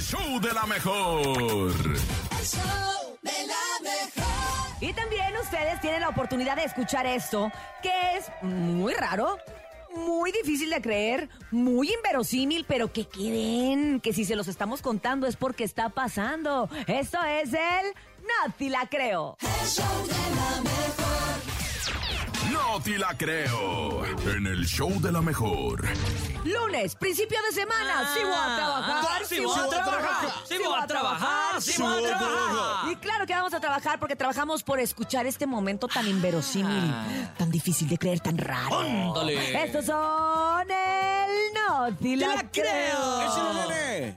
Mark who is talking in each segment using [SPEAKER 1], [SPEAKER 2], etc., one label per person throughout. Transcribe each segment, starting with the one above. [SPEAKER 1] show de la mejor.
[SPEAKER 2] Y también ustedes tienen la oportunidad de escuchar esto, que es muy raro, muy difícil de creer, muy inverosímil, pero que creen que si se los estamos contando es porque está pasando. Esto es el Nati la creo.
[SPEAKER 1] No te la creo. En el show de la mejor.
[SPEAKER 2] Lunes, principio de semana,
[SPEAKER 3] Ah,
[SPEAKER 2] sí voy a trabajar,
[SPEAKER 3] ah, sí voy a trabajar, sí voy a trabajar, sí voy a trabajar.
[SPEAKER 2] Y claro que vamos a trabajar porque trabajamos por escuchar este momento tan
[SPEAKER 3] Ah.
[SPEAKER 2] inverosímil, tan difícil de creer, tan raro.
[SPEAKER 3] Ándale.
[SPEAKER 2] Estos son el No Te la, creo.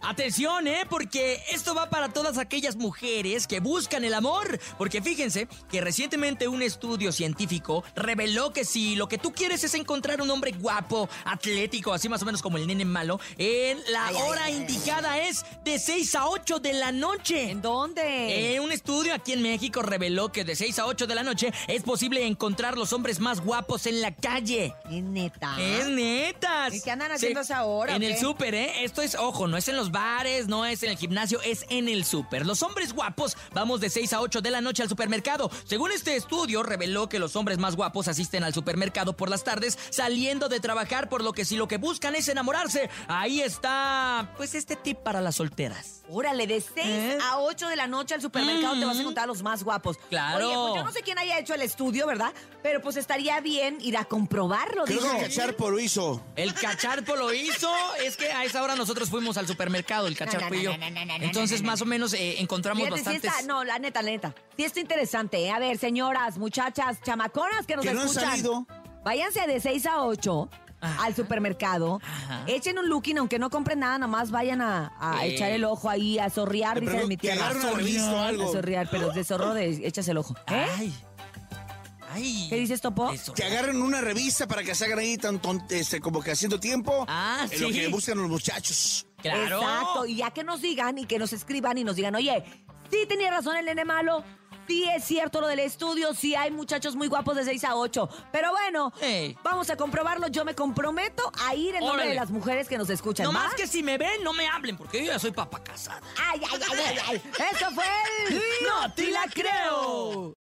[SPEAKER 3] Atención, ¿eh? Porque esto va para todas aquellas mujeres que buscan el amor. Porque fíjense que recientemente un estudio científico reveló que si lo que tú quieres es encontrar un hombre guapo, atlético, así más o menos como el nene malo, en la
[SPEAKER 2] Ay, ay,
[SPEAKER 3] hora
[SPEAKER 2] ay, ay.
[SPEAKER 3] indicada es de 6 a 8 de la noche.
[SPEAKER 2] ¿En dónde?
[SPEAKER 3] Eh, un estudio aquí en México reveló que de 6 a 8 de la noche es posible encontrar los hombres más guapos en la calle.
[SPEAKER 2] Es neta.
[SPEAKER 3] Es netas.
[SPEAKER 2] Ah. ¿Y qué andan haciendo a esa hora,
[SPEAKER 3] En
[SPEAKER 2] o
[SPEAKER 3] el
[SPEAKER 2] qué?
[SPEAKER 3] súper, ¿eh? Esto es, ojo, no es en los bares, no es en el gimnasio, es en el súper. Los hombres guapos vamos de 6 a 8 de la noche al supermercado. Según este estudio, reveló que los hombres más guapos asisten al supermercado por las tardes saliendo de trabajar, por lo que si lo que buscan es enamorarse, ahí está, pues, este tip para las solteras.
[SPEAKER 2] Órale, de 6
[SPEAKER 3] ¿Eh?
[SPEAKER 2] a 8 de la noche al supermercado te vas a
[SPEAKER 3] Ujú.
[SPEAKER 2] encontrar a los más guapos.
[SPEAKER 3] Claro.
[SPEAKER 2] Oye, pues yo no sé quién haya hecho el estudio, ¿verdad? Pero pues estaría bien ir a comprobarlo.
[SPEAKER 4] Creo
[SPEAKER 2] digo.
[SPEAKER 4] que Cacharpo lo hizo.
[SPEAKER 3] El cacharpo lo hizo. Es que a esa hora nosotros fuimos al supermercado, el cacharpo y yo.
[SPEAKER 2] No, no, no, no, no, no,
[SPEAKER 3] Entonces,
[SPEAKER 2] no, no,
[SPEAKER 3] más o menos, eh, encontramos
[SPEAKER 2] Fíjate, sí
[SPEAKER 3] bastantes.
[SPEAKER 2] está- no, la neta, la neta. Sí está interesante. ¿eh? A ver, señoras, muchachas, chamaconas que nos
[SPEAKER 4] Que no han
[SPEAKER 2] escuchan.
[SPEAKER 4] salido.
[SPEAKER 2] Váyanse de 6 a 8
[SPEAKER 3] Ajá.
[SPEAKER 2] al supermercado.
[SPEAKER 3] Ajá.
[SPEAKER 2] Echen un looking, aunque no compren nada, nomás vayan a, a
[SPEAKER 3] Eh.
[SPEAKER 2] echar el ojo ahí, a zorrear,
[SPEAKER 4] Le
[SPEAKER 2] dice mi
[SPEAKER 4] pregunto, que
[SPEAKER 2] tierra.
[SPEAKER 4] agarre una revista o algo.
[SPEAKER 2] A zorrear, pero de zorro de, echas el ojo. ¿Eh?
[SPEAKER 3] Ay. Ay.
[SPEAKER 2] ¿Qué dices, Topo?
[SPEAKER 3] Eso.
[SPEAKER 4] Que agarren una revista para que se hagan ahí tan ton- este, como que haciendo tiempo.
[SPEAKER 3] Ah,
[SPEAKER 4] en lo
[SPEAKER 3] sí.
[SPEAKER 4] que buscan los muchachos.
[SPEAKER 3] Claro.
[SPEAKER 2] Exacto. Y ya que nos digan y que nos escriban y nos digan, oye, sí tenía razón el nene malo, sí es cierto lo del estudio, sí hay muchachos muy guapos de 6 a 8. Pero bueno,
[SPEAKER 3] Ey.
[SPEAKER 2] vamos a comprobarlo. Yo me comprometo a ir en nombre
[SPEAKER 3] Órale.
[SPEAKER 2] de las mujeres que nos escuchan.
[SPEAKER 3] No
[SPEAKER 2] ¿va?
[SPEAKER 3] más que si me ven, no me hablen, porque yo ya soy papá casada.
[SPEAKER 2] Ay, ay, ay, ay, ay. Eso fue el...
[SPEAKER 3] ¡No te la creo!